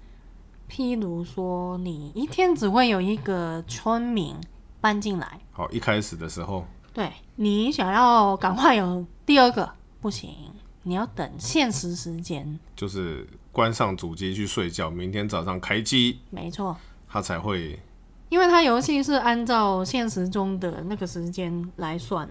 Speaker 2: 譬如说，你一天只会有一个村民搬进来，
Speaker 1: 好，一开始的时候，
Speaker 2: 对你想要赶快有第二个，不行，你要等现实时间。
Speaker 1: 就是关上主机去睡觉，明天早上开机，
Speaker 2: 没错，
Speaker 1: 它才会
Speaker 2: 因为它游戏是按照现实中的那个时间来算，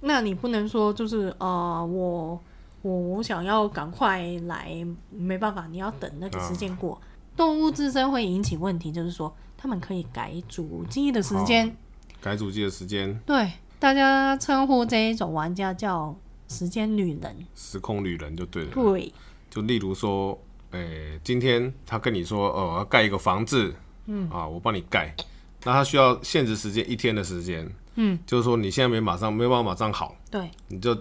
Speaker 2: 那你不能说就是呃，我我我想要赶快来，没办法，你要等那个时间过。动物自身会引起问题，就是说他们可以改主机的时间，
Speaker 1: 改主机的时间，
Speaker 2: 对大家称呼这一种玩家叫“时间女人
Speaker 1: 时空旅人就对”，了。
Speaker 2: 对，
Speaker 1: 就例如说，诶、今天他跟你说，哦，我要盖一个房子，嗯，啊，我帮你盖，那他需要限制时间一天的时间，
Speaker 2: 嗯，
Speaker 1: 就是说你现在没马上没有办法马上好，
Speaker 2: 对
Speaker 1: 你就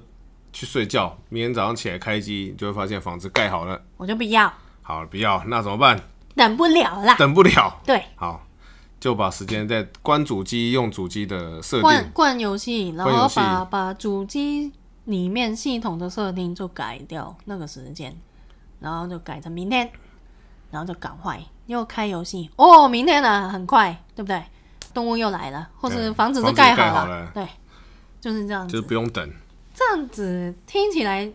Speaker 1: 去睡觉，明天早上起来开机，就会发现房子盖好了，
Speaker 2: 我就不要，
Speaker 1: 好不要，那怎么办？
Speaker 2: 等不了啦，
Speaker 1: 等不 了，
Speaker 2: 对。
Speaker 1: 好，就把时间在关主机用主机的设
Speaker 2: 灌
Speaker 1: 定，
Speaker 2: 灌游戏，然
Speaker 1: 灌
Speaker 2: 后
Speaker 1: 游戏
Speaker 2: 把把主机里面系统的设定就改掉那个时间，然后就改成明天，然后就赶快又开游戏哦，明天了，很快，对不对？动物又来了，或是
Speaker 1: 对
Speaker 2: 房子
Speaker 1: 房子
Speaker 2: 都盖
Speaker 1: 盖
Speaker 2: 好
Speaker 1: 嗯好
Speaker 2: 了
Speaker 1: 了，
Speaker 2: 对，就是这样
Speaker 1: 就是
Speaker 2: 子。
Speaker 1: 不用等，
Speaker 2: 这样子听起来，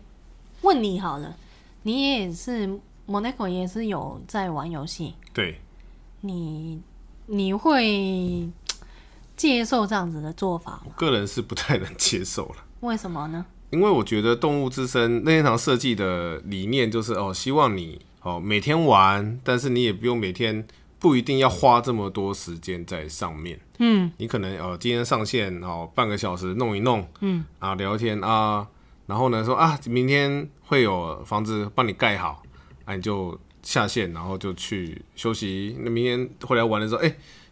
Speaker 2: 问你好了，你也是 Monaco 也是有在玩游戏，
Speaker 1: 对，
Speaker 2: 你你会接受这样子的做法
Speaker 1: 我
Speaker 2: 吗？
Speaker 1: 个人是不太能接受了。
Speaker 2: 为什么呢？
Speaker 1: 因为我觉得动物之声任天堂设计的理念就是哦，希望你哦每天玩，但是你也不用每天不一定要花这么多时间在上面。
Speaker 2: 嗯，
Speaker 1: 你可能哦今天上线哦半个小时弄一弄，
Speaker 2: 嗯
Speaker 1: 啊聊天啊，然后呢说啊明天会有房子帮你盖好，啊你就下线，然后就去休息。那明天回来玩的时候，哎、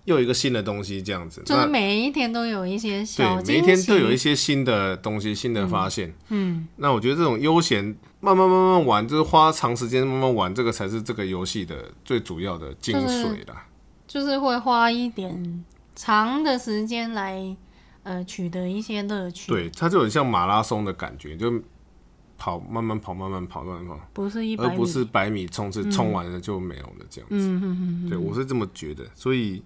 Speaker 1: 又有一个新的东西这样子，
Speaker 2: 就是
Speaker 1: 那
Speaker 2: 每一天都有一些小
Speaker 1: 对每一
Speaker 2: 惊
Speaker 1: 天
Speaker 2: 喜，
Speaker 1: 都有一些新的东西、新的发现。
Speaker 2: 嗯
Speaker 1: 那我觉得这种悠闲，慢慢慢慢玩，就是花长时间慢慢玩，这个才是这个游戏的最主要的精髓啦。
Speaker 2: 就是会花一点长的时间来呃取得一些乐趣，，
Speaker 1: 对，它就很像马拉松的感觉，就跑慢慢跑，慢慢跑，慢慢跑，
Speaker 2: 不是一
Speaker 1: 而
Speaker 2: 百
Speaker 1: 不
Speaker 2: 米，
Speaker 1: 是百米冲刺，冲完了就没有了这样子。
Speaker 2: 嗯哼哼
Speaker 1: 对我是这么觉得，所以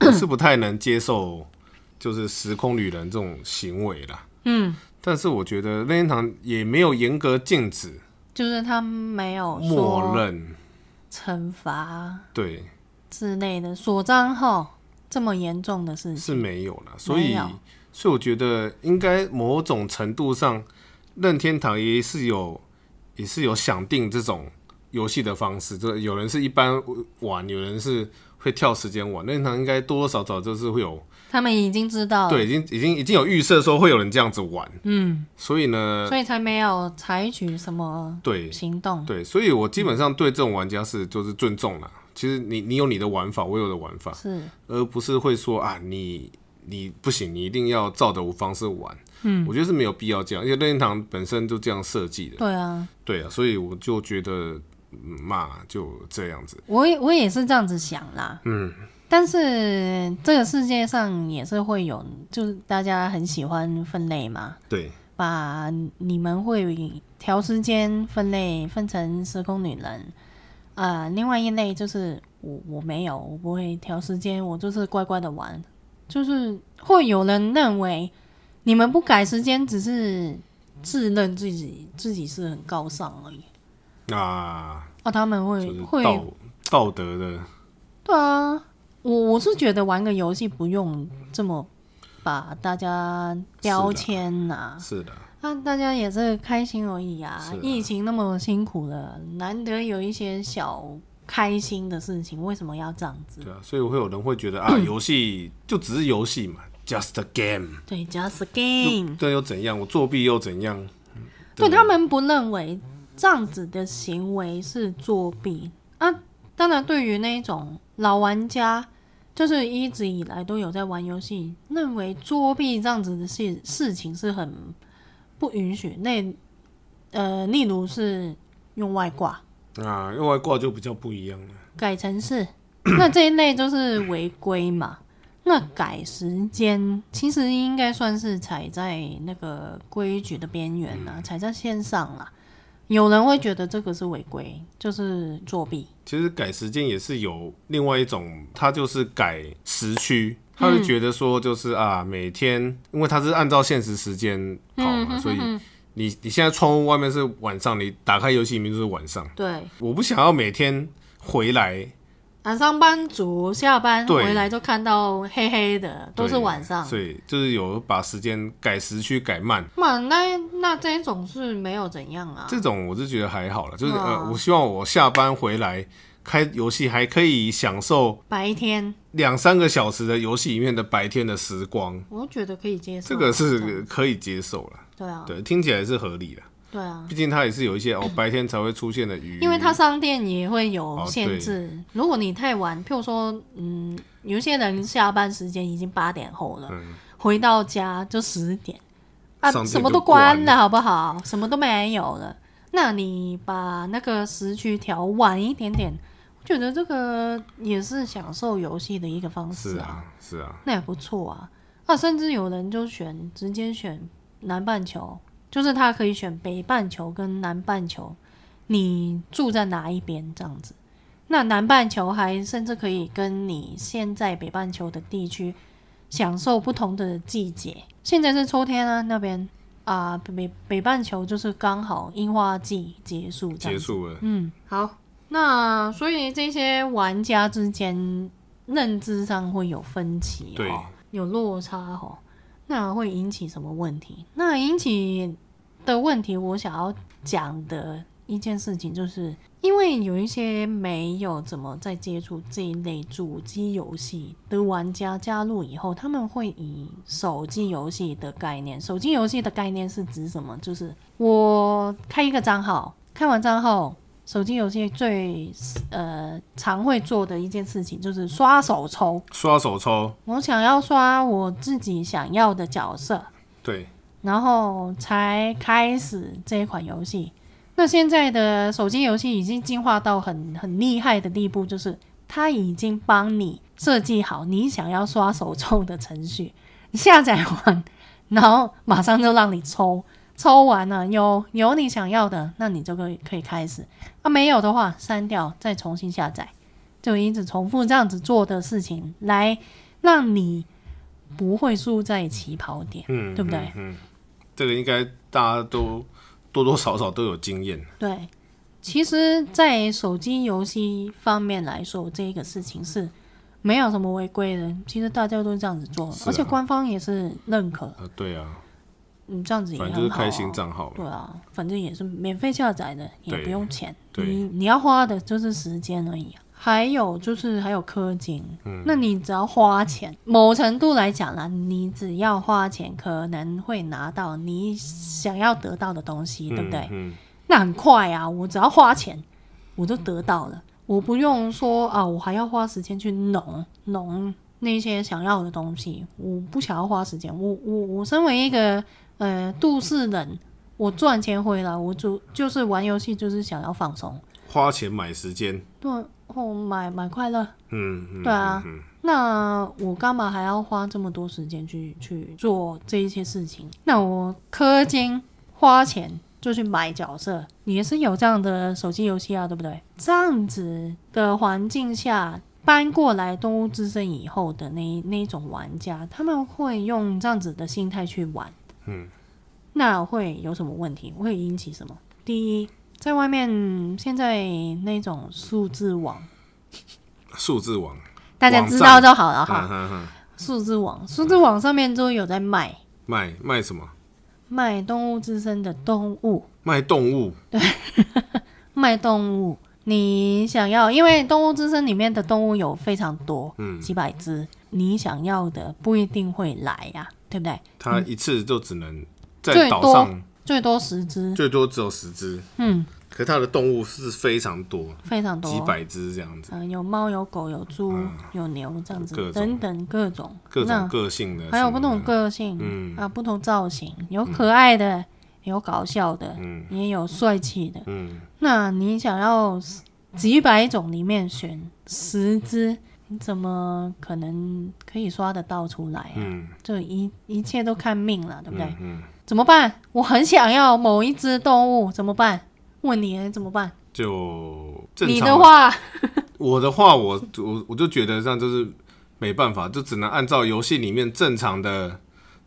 Speaker 1: 我是不太能接受就是时空旅人这种行为啦。
Speaker 2: 嗯，
Speaker 1: 但是我觉得任天堂也没有严格禁止、
Speaker 2: 就是他没有
Speaker 1: 默
Speaker 2: 哦说
Speaker 1: 认，
Speaker 2: 惩罚
Speaker 1: 对，
Speaker 2: 之类的锁账号这么严重的事情，
Speaker 1: 是没有啦，所以
Speaker 2: 有
Speaker 1: 所以我觉得应该某种程度上，任天堂也是有也是有想定这种游戏的方式，就是有人是一般玩，有人是会跳时间玩，任天堂应该多多少少就是会有
Speaker 2: 他们已经知道，
Speaker 1: 对，已经已经已经有预设说会有人这样子玩，
Speaker 2: 嗯，
Speaker 1: 所以呢，
Speaker 2: 所以嗯才没有采取什么
Speaker 1: 对
Speaker 2: 行动，
Speaker 1: 对，所以我基本上对这种玩家是就是尊重啦。其实你你有你的玩法，我有我的玩法，
Speaker 2: 是
Speaker 1: 而不是会说啊，你你不行，你一定要照着我方式玩。嗯，我觉得是没有必要这样，因为任天堂本身就这样设计的。
Speaker 2: 对啊，
Speaker 1: 对啊，所以我就觉得嗯嘛就这样子。
Speaker 2: 我也我也是这样子想啦，嗯，但是这个世界上也是会有，就是大家很喜欢分类嘛，
Speaker 1: 对
Speaker 2: 把你们会调时间分类分成时空女人，啊，另外一类就是我我没有，我不会调时间，我就是乖乖的玩，就是会有人认为你们不改时间只是自认自己自己是很高尚而已，
Speaker 1: 那
Speaker 2: 哦，他们会
Speaker 1: 就是
Speaker 2: 会
Speaker 1: 道道德的，
Speaker 2: 对啊，我我是觉得玩个游戏不用这么把大家标签呐、
Speaker 1: 是的，
Speaker 2: 啊，大家也是开心而已啊
Speaker 1: 是啊。
Speaker 2: 疫情那么辛苦了，难得有一些小开心的事情，为什么要这样子？
Speaker 1: 对啊，所以会有人会觉得啊，游戏就只是游戏嘛，just a game，
Speaker 2: 对，just a
Speaker 1: 又
Speaker 2: game。
Speaker 1: 对又怎样？我作弊又怎样？
Speaker 2: 对他们不认为这样子的行为是作弊啊。当然，对于那一种老玩家，就是一直以来都有在玩游戏，认为作弊这样子的事事情是很不允许。那呃，例如是用外挂
Speaker 1: 啊，用外挂就比较不一样了。
Speaker 2: 改程式， 那这一类就是违规嘛。那改时间其实应该算是踩在那个规矩的边缘啦，踩在线上啦。有人会觉得这个是违规，就是作弊。
Speaker 1: 其实改时间也是有另外一种，他就是改时区，他会觉得说就是啊，
Speaker 2: 嗯
Speaker 1: 每天因为他是按照现实时间跑嘛，
Speaker 2: 嗯
Speaker 1: 所以你你现在窗户外面是晚上，你打开游戏里面就是晚上。
Speaker 2: 对，
Speaker 1: 我不想要每天回来，
Speaker 2: 啊，上班族下班
Speaker 1: 对
Speaker 2: 回来就看到黑黑的，都是
Speaker 1: 对
Speaker 2: 晚上。
Speaker 1: 所以就是有把时间改时区改慢。
Speaker 2: 嘛，那那这种是没有怎样啊。
Speaker 1: 这种我是觉得还好了，就是呃，
Speaker 2: 哇
Speaker 1: 我希望我下班回来开游戏，还可以享受
Speaker 2: 白天
Speaker 1: 两三个小时的游戏里面的白天的时光，
Speaker 2: 我觉得可以接受，
Speaker 1: 这个是可以接受了。
Speaker 2: 对嗯啊，
Speaker 1: 对，听起来是合理的。
Speaker 2: 对啊，
Speaker 1: 毕竟它也是有一些哦白天才会出现的啊鱼，
Speaker 2: 因为它商店也会有
Speaker 1: 嗯哦
Speaker 2: 限制。如果你太晚，譬如说，嗯，有些人下班时间已经八点后了，回到家就十点，啊，
Speaker 1: 嗯商店
Speaker 2: 什么
Speaker 1: 就
Speaker 2: 都
Speaker 1: 关
Speaker 2: 关了，好不好？什么都没有了。那你把那个时区调晚一点点，我觉得这个也是享受游戏的一个方式
Speaker 1: 是啊是啊，
Speaker 2: 那也不错啊。那甚至有人就选直接选南半球，就是他可以选北半球跟南半球，你住在哪一边这样子。那南半球还甚至可以跟你现在北半球的地区享受不同的季节。现在是秋天啊，那边啊、北北半球就是刚好樱花季结束这
Speaker 1: 结
Speaker 2: 样子。
Speaker 1: 束了。
Speaker 2: 嗯，好，那所以这些玩家之间认知上会有分歧、
Speaker 1: 对
Speaker 2: 哦，有落差哦，那会引起什么问题？那引起的问题，我想要讲的一件事情就是。因为有一些没有怎么在接触这一类主机游戏的玩家加入以后，他们会以手机游戏的概念。手机游戏的概念是指什么？就是我开一个账号，开完账号，手机游戏最呃常会做的一件事情就是刷手抽。
Speaker 1: 刷手抽，
Speaker 2: 我想要刷我自己想要的角色，
Speaker 1: 对，
Speaker 2: 然后才开始这一款游戏。那现在的手机游戏已经进化到很很厉害的地步，就是它已经帮你设计好你想要刷手抽的程序，你下载完，然后马上就让你抽，抽完了有有你想要的，那你就可以可以开始。啊，没有的话删掉，再重新下载，就一直重复这样子做的事情，来让你不会输在起跑点，
Speaker 1: 嗯，
Speaker 2: 对不对？
Speaker 1: 嗯，嗯这个应该大家都多多少少都有经验。
Speaker 2: 对，其实，在手机游戏方面来说，这个事情是没有什么违规的。其实大家都这样子做，
Speaker 1: 是啊
Speaker 2: 而且官方也是认可，
Speaker 1: 啊，对啊，
Speaker 2: 嗯，这样子也
Speaker 1: 反
Speaker 2: 很
Speaker 1: 正就
Speaker 2: 好、啊。
Speaker 1: 是开新账号嘛。
Speaker 2: 对啊，反正也是免费下载的，也
Speaker 1: 对
Speaker 2: 不用钱。
Speaker 1: 对
Speaker 2: 你你要花的就是时间而已啊、还有就是还有氪金，
Speaker 1: 嗯
Speaker 2: 那你只要花钱，某程度来讲啦，你只要花钱，可能会拿到你想要得到的东西，对不对？
Speaker 1: 嗯，
Speaker 2: 那很快啊，我只要花钱，我就得到了，我不用说啊，我还要花时间去弄弄那些想要的东西，我不想要花时间。我我我身为一个呃都市人，我赚钱回来，我就就是玩游戏，就是想要放松，
Speaker 1: 嗯花钱买时间。
Speaker 2: 对，我买买快乐。
Speaker 1: 嗯，嗯
Speaker 2: 对啊
Speaker 1: 嗯嗯
Speaker 2: 那我干嘛还要花这么多时间去去做这一些事情？那我氪金花钱就去买角色，也是有这样的手机游戏啊，对不对？这样子的环境下搬过来《动物之森》以后的那那一种玩家，他们会用这样子的心态去玩，
Speaker 1: 嗯，
Speaker 2: 那会有什么问题？会引起什么？第一，在外面现在那种数字网，
Speaker 1: 嗯数字网，
Speaker 2: 大家
Speaker 1: 网
Speaker 2: 知
Speaker 1: 站嗯
Speaker 2: 道就好了哈
Speaker 1: 哈。哈哈，
Speaker 2: 数字网，数字网上面都有在卖
Speaker 1: 卖卖什么？
Speaker 2: 卖动物之身的动物，
Speaker 1: 卖动物，
Speaker 2: 卖动物。你想要，因为动物之森里面的动物有非常多，
Speaker 1: 嗯
Speaker 2: 几百只，你想要的不一定会来呀、对不对？
Speaker 1: 它一次就只能在
Speaker 2: 最
Speaker 1: 岛
Speaker 2: 多
Speaker 1: 上
Speaker 2: 最多十只，
Speaker 1: 最多只有十只，
Speaker 2: 嗯，
Speaker 1: 可它的动物是非常多，
Speaker 2: 非常多，
Speaker 1: 几百只这样子，
Speaker 2: 嗯、有猫，有狗，有猪，有牛，这样
Speaker 1: 各种
Speaker 2: 子，等等各种，
Speaker 1: 各种
Speaker 2: 那
Speaker 1: 个性的，
Speaker 2: 还有不同，个性，
Speaker 1: 嗯
Speaker 2: 啊，不同造型，有可爱的，有搞笑的，
Speaker 1: 嗯
Speaker 2: 也有帅气的，
Speaker 1: 嗯，
Speaker 2: 那你想要几百种里面选十只，你怎么可能可以刷得到出来啊？
Speaker 1: 嗯
Speaker 2: 这一一切都看命了，对不对？
Speaker 1: 嗯嗯，
Speaker 2: 怎么办？我很想要某一只动物，怎么办？问你哎怎么办？
Speaker 1: 就正
Speaker 2: 你
Speaker 1: 常
Speaker 2: 的话，
Speaker 1: 我的话，我我我就觉得这样就是没办法，就只能按照游戏里面正常的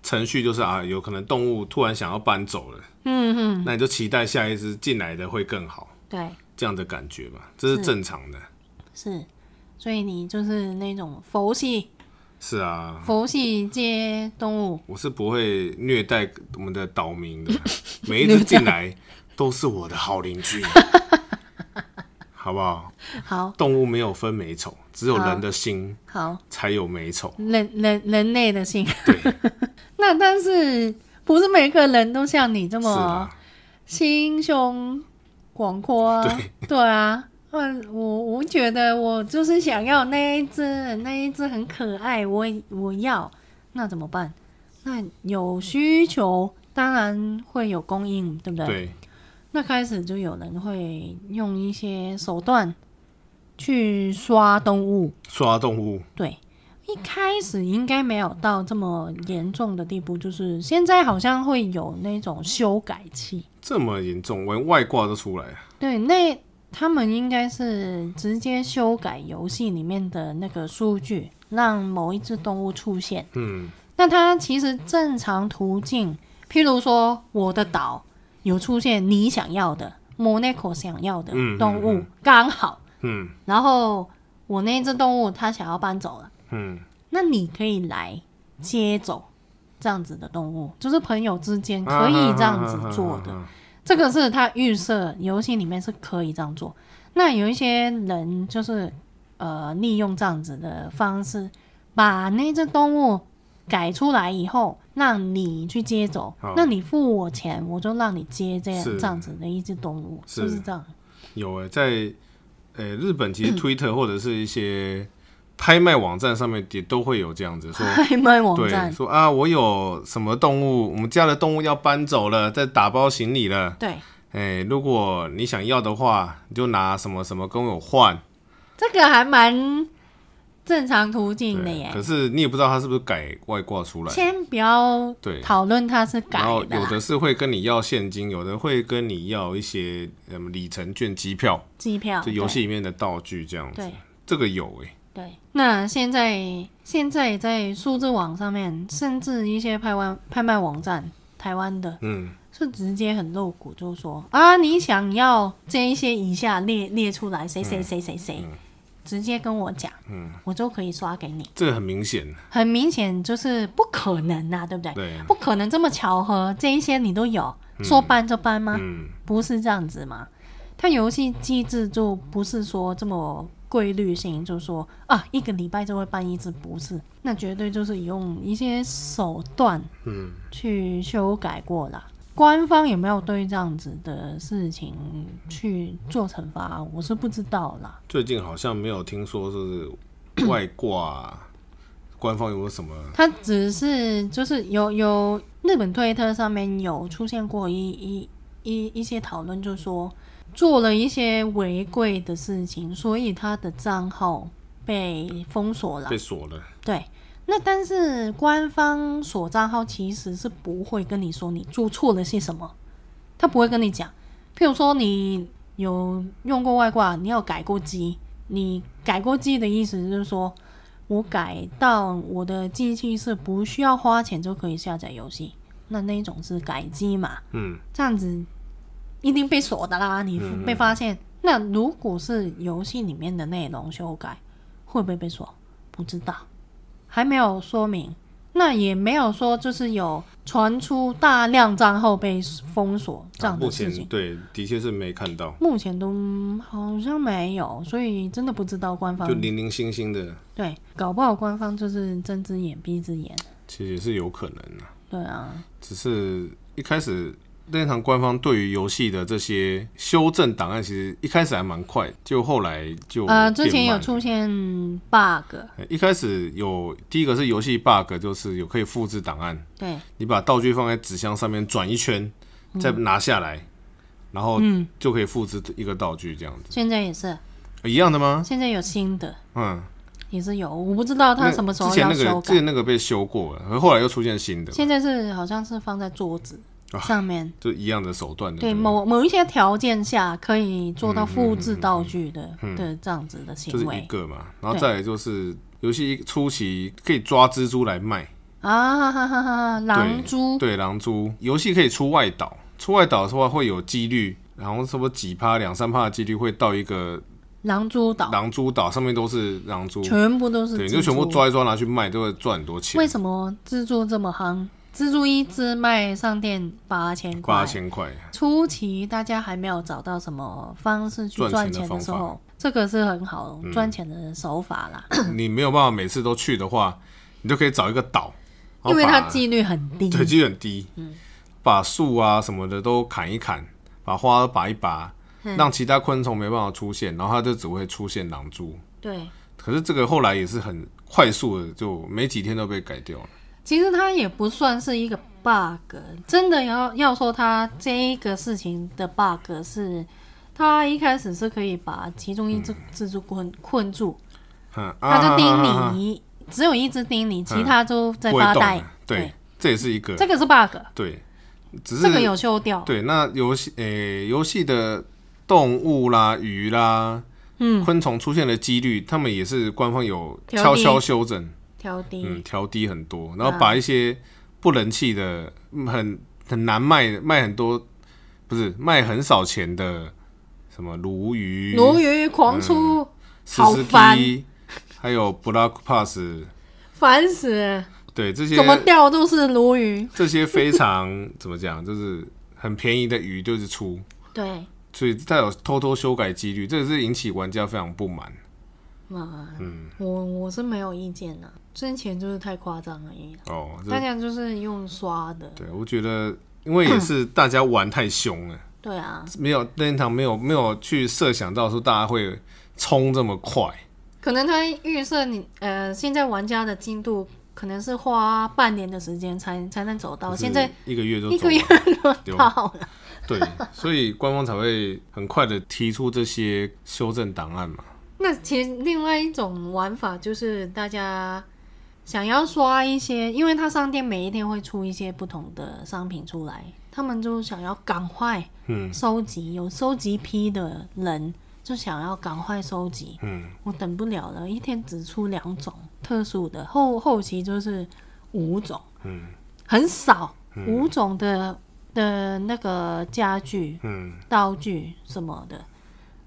Speaker 1: 程序，就是啊，有可能动物突然想要搬走了，
Speaker 2: 嗯哼，
Speaker 1: 那你就期待下一只进来的会更好，
Speaker 2: 对，
Speaker 1: 这样的感觉吧，这是
Speaker 2: 是
Speaker 1: 正常的。
Speaker 2: 是，所以你就是那种佛系，
Speaker 1: 是啊，
Speaker 2: 佛系接动物，
Speaker 1: 我是不会虐待我们的岛民 的，每一只进来都是我的好邻 居，好不好？
Speaker 2: 好
Speaker 1: 动物没有分美丑，
Speaker 2: 啊
Speaker 1: 只有人的心
Speaker 2: 好。
Speaker 1: 才有美丑。
Speaker 2: 人人人类的性。
Speaker 1: 对，
Speaker 2: 那但是不是每个人都像你这
Speaker 1: 是
Speaker 2: 么
Speaker 1: 啊，
Speaker 2: 心胸广阔啊？对啊，嗯，我我觉得我就是想要那一只，那一只很可爱，我我要，那怎么办？那有需求，当然会有供应，对不对？
Speaker 1: 对，
Speaker 2: 那开始就有人会用一些手段去刷动物，
Speaker 1: 刷动物，
Speaker 2: 对，一
Speaker 1: 嗯
Speaker 2: 开始应该没有到这么严重的地步，就是现在好像会有那种修改器。
Speaker 1: 这么严重，连外挂都出来了。
Speaker 2: 对，那他们应该是直接修改游戏里面的那个数据，让某一只动物出现。
Speaker 1: 嗯，
Speaker 2: 那它其实正常途径譬如说我的岛有出现你想要的 Monaco 想要的
Speaker 1: 嗯嗯
Speaker 2: 动物
Speaker 1: 嗯，
Speaker 2: 刚、好，
Speaker 1: 嗯
Speaker 2: 然后我那一只动物它想要搬走了，
Speaker 1: 嗯
Speaker 2: 那你可以来接走这样子的动物，就是朋友之间可以这样子做的。
Speaker 1: 啊
Speaker 2: 这个是他预设游戏里面是可以这样做。那有一些人就是呃利用这样子的方式，把那只动物改出来以后，让你去接走
Speaker 1: 好，
Speaker 2: 那你付我钱，我就让你接这样
Speaker 1: 是
Speaker 2: 这样子的一只动物，
Speaker 1: 是
Speaker 2: 是不是这样？
Speaker 1: 有诶、在呃、日本其实 Twitter 或者是一些拍卖网站上面也都会有这样子说。
Speaker 2: 拍卖 网
Speaker 1: 对，
Speaker 2: 站，
Speaker 1: 说啊，我有什么动物，我们家的动物要搬走了，在打包行李了。
Speaker 2: 对，
Speaker 1: 哎、如果你想要的话，你就拿什么什么跟我换。
Speaker 2: 这个还蛮正常途径的
Speaker 1: 对，啊
Speaker 2: 耶
Speaker 1: 可。是你也不知道它是不是改外挂出来的。
Speaker 2: 先不要
Speaker 1: 对
Speaker 2: 讨论它是改
Speaker 1: 然后
Speaker 2: 的
Speaker 1: 有
Speaker 2: 啦
Speaker 1: 的是会跟你要现金，有的会跟你要一些嗯里程券、机票，
Speaker 2: 机票，
Speaker 1: 就游戏里面的道具这样
Speaker 2: 哦对
Speaker 1: 子。
Speaker 2: 对。
Speaker 1: 这个有欸诶、
Speaker 2: 对，那现在现在在数字网上面，甚至一些拍完拍卖网站，台湾的
Speaker 1: 嗯，
Speaker 2: 是直接很露骨，就说啊，你想要这一些以下列列出来，
Speaker 1: 嗯
Speaker 2: 谁谁谁谁谁，直接跟我讲，我就可以刷给你。
Speaker 1: 这个很明显，
Speaker 2: 很明显就是不可能呐、啊，对不对？
Speaker 1: 对，
Speaker 2: 不可能这么巧合，这一些你都有，说搬就搬吗？
Speaker 1: 嗯，
Speaker 2: 不是这样子嘛？它游戏机制就不是说这么规律性，就是说啊，一个礼拜就会办一次，不是？那绝对就是用一些手段，
Speaker 1: 嗯，
Speaker 2: 去修改过啦。官方有没有对这样子的事情去做惩罚，我是不知道啦。
Speaker 1: 最近好像没有听说是外挂，官方有没有什么？
Speaker 2: 它只是就是有有日本推特上面有出现过一一一一些讨论，就说做了一些违规的事情，所以他的账号被封锁了
Speaker 1: 被。锁了，
Speaker 2: 对，那但是官方锁账号其实是不会跟你说你做错了些什么，他不会跟你讲。譬如说你有用过外挂，你有改过机，你改过机的意思就是说我改到我的机器是不需要花钱就可以下载游戏，那那一种是改机嘛？
Speaker 1: 嗯，
Speaker 2: 这样子一定被锁的啦，你被发现。
Speaker 1: 嗯
Speaker 2: 那如果是游戏里面的内容修改，会不会被锁？不知道，还没有说明。那也没有说就是有传出大量账号被封锁这样
Speaker 1: 啊目
Speaker 2: 的事情
Speaker 1: 前，对，的确是没看到，
Speaker 2: 目前都好像没有，所以真的不知道官方
Speaker 1: 就零零星星的，
Speaker 2: 对，搞不好官方就是睁只眼闭只眼。
Speaker 1: 其实也是有可能的、
Speaker 2: 对啊，
Speaker 1: 只是一开始任天堂官方对于游戏的这些修正档案，其实一开始还蛮快，就后来就
Speaker 2: 呃，之前
Speaker 1: 变慢
Speaker 2: 有
Speaker 1: 了
Speaker 2: 出现 bug，
Speaker 1: 一开始有第一个是游戏 bug，就是有可以复制档案，
Speaker 2: 对，
Speaker 1: 你把道具放在纸箱上面转一圈，再拿下来，然后
Speaker 2: 嗯，
Speaker 1: 就可以复制一个道具这样子，
Speaker 2: 现在也是，
Speaker 1: 呃一样的吗？
Speaker 2: 现在有新的。
Speaker 1: 嗯，
Speaker 2: 也是有，我不知道他
Speaker 1: 那
Speaker 2: 什么时候
Speaker 1: 之前
Speaker 2: 要
Speaker 1: 那
Speaker 2: 修
Speaker 1: 个之前
Speaker 2: 改。
Speaker 1: 那个被修过了，而后来又出现新的，
Speaker 2: 现在是好像是放在桌子
Speaker 1: 啊
Speaker 2: 上面，
Speaker 1: 就一样的手段的，
Speaker 2: 对
Speaker 1: 不
Speaker 2: 某某一些条件下可以做到复制道具的的这样子的
Speaker 1: 嗯就是
Speaker 2: 行
Speaker 1: 一
Speaker 2: 为
Speaker 1: 个嘛，然后再来就是游戏初期可以抓蜘蛛来卖，
Speaker 2: 啊，哈哈哈哈！狼蛛
Speaker 1: 对狼蛛，游戏可以出外岛，出外岛的话会有几率，然后差不多几趴两三趴的几率会到一个
Speaker 2: 狼蛛岛
Speaker 1: 狼蛛岛，上面都是狼蛛，
Speaker 2: 全部都是
Speaker 1: 对，你
Speaker 2: 蜘
Speaker 1: 就
Speaker 2: 蛛，
Speaker 1: 全部抓一抓拿去卖，都会赚很多钱
Speaker 2: 为，什么蜘蛛这么夯？蜘蛛一只卖上店八千块，
Speaker 1: 八千块，
Speaker 2: 初期大家还没有找到什么方式去
Speaker 1: 赚
Speaker 2: 赚
Speaker 1: 钱的
Speaker 2: 钱的时
Speaker 1: 方法嗯
Speaker 2: 候，这个是很好赚钱的手法啦，
Speaker 1: 你没有办法每次都去的话，你就可以找一个岛，然后
Speaker 2: 因为
Speaker 1: 把
Speaker 2: 它几率很低。嗯
Speaker 1: 对，几率很低，把树啊什么的都砍一砍，把花拔一拔，让其他昆虫没办法出现，然后它就只会出现狼蛛。
Speaker 2: 对，
Speaker 1: 可是这个后来也是很快速的，就没几天都被改掉了。
Speaker 2: 其实它也不算是一个 bug，真的要要说它这一个事情的 bug 是，它一开始是可以把其中一只蜘蛛困困住，
Speaker 1: 嗯，
Speaker 2: 它就
Speaker 1: 啊
Speaker 2: 叮你，只有一只叮你，其他都在
Speaker 1: 不会
Speaker 2: 发
Speaker 1: 动
Speaker 2: 呆
Speaker 1: 了。。对，，这也是一个
Speaker 2: 这个是 bug，
Speaker 1: 对，只是
Speaker 2: 这个有修掉。
Speaker 1: 对那游戏诶，游戏的动物啦、鱼啦、
Speaker 2: 嗯，
Speaker 1: 昆虫出现的几率，他们也是官方有
Speaker 2: 调
Speaker 1: 悄
Speaker 2: 低
Speaker 1: 悄修正。
Speaker 2: 调低。嗯
Speaker 1: 嗯，调低很多，然后把一些不人气的、嗯很很难卖卖很多，不是卖很少钱的什么鲈鱼、
Speaker 2: 鲈鱼狂出，
Speaker 1: 四
Speaker 2: 好
Speaker 1: 十
Speaker 2: 烦
Speaker 1: P，还有 Black Pass，
Speaker 2: 烦死了，
Speaker 1: 对这些
Speaker 2: 怎么钓都是鲈鱼。
Speaker 1: 这些非常怎么讲，就是很便宜的鱼就是出，
Speaker 2: 对，
Speaker 1: 所以它有偷偷修改几率，这是引起玩家非常不满。
Speaker 2: 嘛，我我是没有意见的，之前就是太夸张而已啦，
Speaker 1: 哦，
Speaker 2: 大
Speaker 1: 这
Speaker 2: 家就是用刷的。
Speaker 1: 对我觉得，因为也是大家玩太凶了，
Speaker 2: 对啊，
Speaker 1: 没有任天堂没有没有去设想到说大家会冲这么快。
Speaker 2: 可能他预设你呃，现在玩家的进度可能是花半年的时间才才能走到，
Speaker 1: 就是
Speaker 2: 哦现在
Speaker 1: 一个月就
Speaker 2: 一
Speaker 1: 走
Speaker 2: 个
Speaker 1: 了
Speaker 2: 月都到了。
Speaker 1: 对，所以官方才会很快的提出这些修正档案嘛。
Speaker 2: 那其实另外一种玩法就是大家想要刷一些，因为他商店每一天会出一些不同的商品出来，他们就想要赶快
Speaker 1: 嗯
Speaker 2: 收集，有收集批的人就想要赶快收集。
Speaker 1: 嗯，
Speaker 2: 我等不了了，一天只出两种特殊的，后后期就是五种，
Speaker 1: 嗯，
Speaker 2: 很少五种的、的那个家具、
Speaker 1: 嗯
Speaker 2: 道具什么的，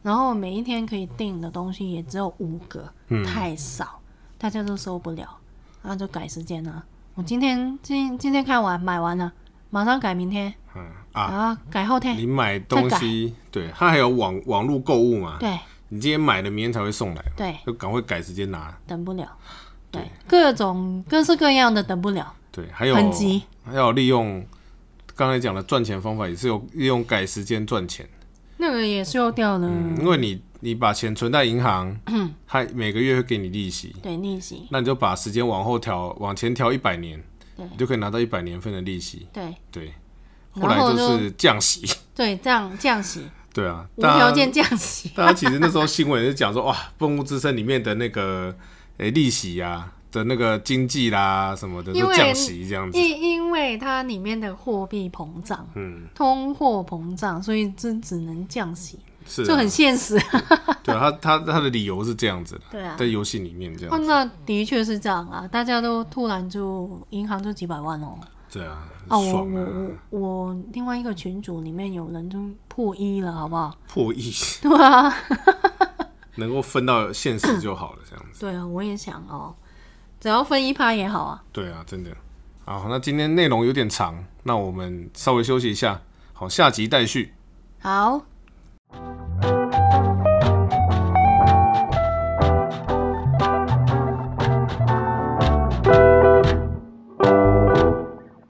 Speaker 2: 然后每一天可以订的东西也只有五个，
Speaker 1: 嗯
Speaker 2: 太少，大家都受不了，那就改时间啊。我今天今今天看完买完了，马上改明天，
Speaker 1: 嗯啊，
Speaker 2: 然后改后
Speaker 1: 你
Speaker 2: 天，
Speaker 1: 买东西，对，它还有网网络购物嘛，
Speaker 2: 对
Speaker 1: 你今天买了，明天才会送来嘛，
Speaker 2: 对，
Speaker 1: 就赶快改时间拿。
Speaker 2: 等不了，对，各种各式各样的等不了。
Speaker 1: 对，还有
Speaker 2: 很急
Speaker 1: 还有利用刚才讲的赚钱方法，也是有利用改时间赚钱。
Speaker 2: 那个也是用掉了，
Speaker 1: 嗯，因为你你把钱存在银行，
Speaker 2: 嗯
Speaker 1: 它每个月会给你利息，
Speaker 2: 对逆袭，
Speaker 1: 那你就把时间往后调，往前调一百年，
Speaker 2: 对
Speaker 1: 你就可以拿到一百年份的利息。
Speaker 2: 对
Speaker 1: 对，后
Speaker 2: 然
Speaker 1: 来
Speaker 2: 后
Speaker 1: 就是降息。
Speaker 2: 对，这样降息，
Speaker 1: 对啊，
Speaker 2: 无
Speaker 1: 大家
Speaker 2: 条件降息，
Speaker 1: 大家其实那时候新闻也是讲说，哇，《动物之声》里面的那个诶、利息呀、的那个经济啦什么的
Speaker 2: 因
Speaker 1: 都
Speaker 2: 为
Speaker 1: 降息这样子。
Speaker 2: 因因为它里面的货币膨胀，
Speaker 1: 嗯，
Speaker 2: 通货膨胀，所以这只能降息，
Speaker 1: 是啊、
Speaker 2: 就很现实。
Speaker 1: 对啊，他他他的理由是这样子的，
Speaker 2: 对啊，
Speaker 1: 在游戏里面这
Speaker 2: 哦，
Speaker 1: 样子。
Speaker 2: 那的确是这样啊，大家都突然就银行就几百万哦。
Speaker 1: 对啊，
Speaker 2: 哦，
Speaker 1: 很
Speaker 2: 我
Speaker 1: 爽
Speaker 2: 我
Speaker 1: 啊，
Speaker 2: 我我另外一个群组里面有人就破一了，好不好？
Speaker 1: 破亿
Speaker 2: 对啊，
Speaker 1: 能够分到现实就好了，这样子。
Speaker 2: 对啊，我也想哦，只要分一趴也好啊。
Speaker 1: 对啊，真的。好，那今天内容有点长，那我们稍微休息一下，好，下集待续。
Speaker 2: 好，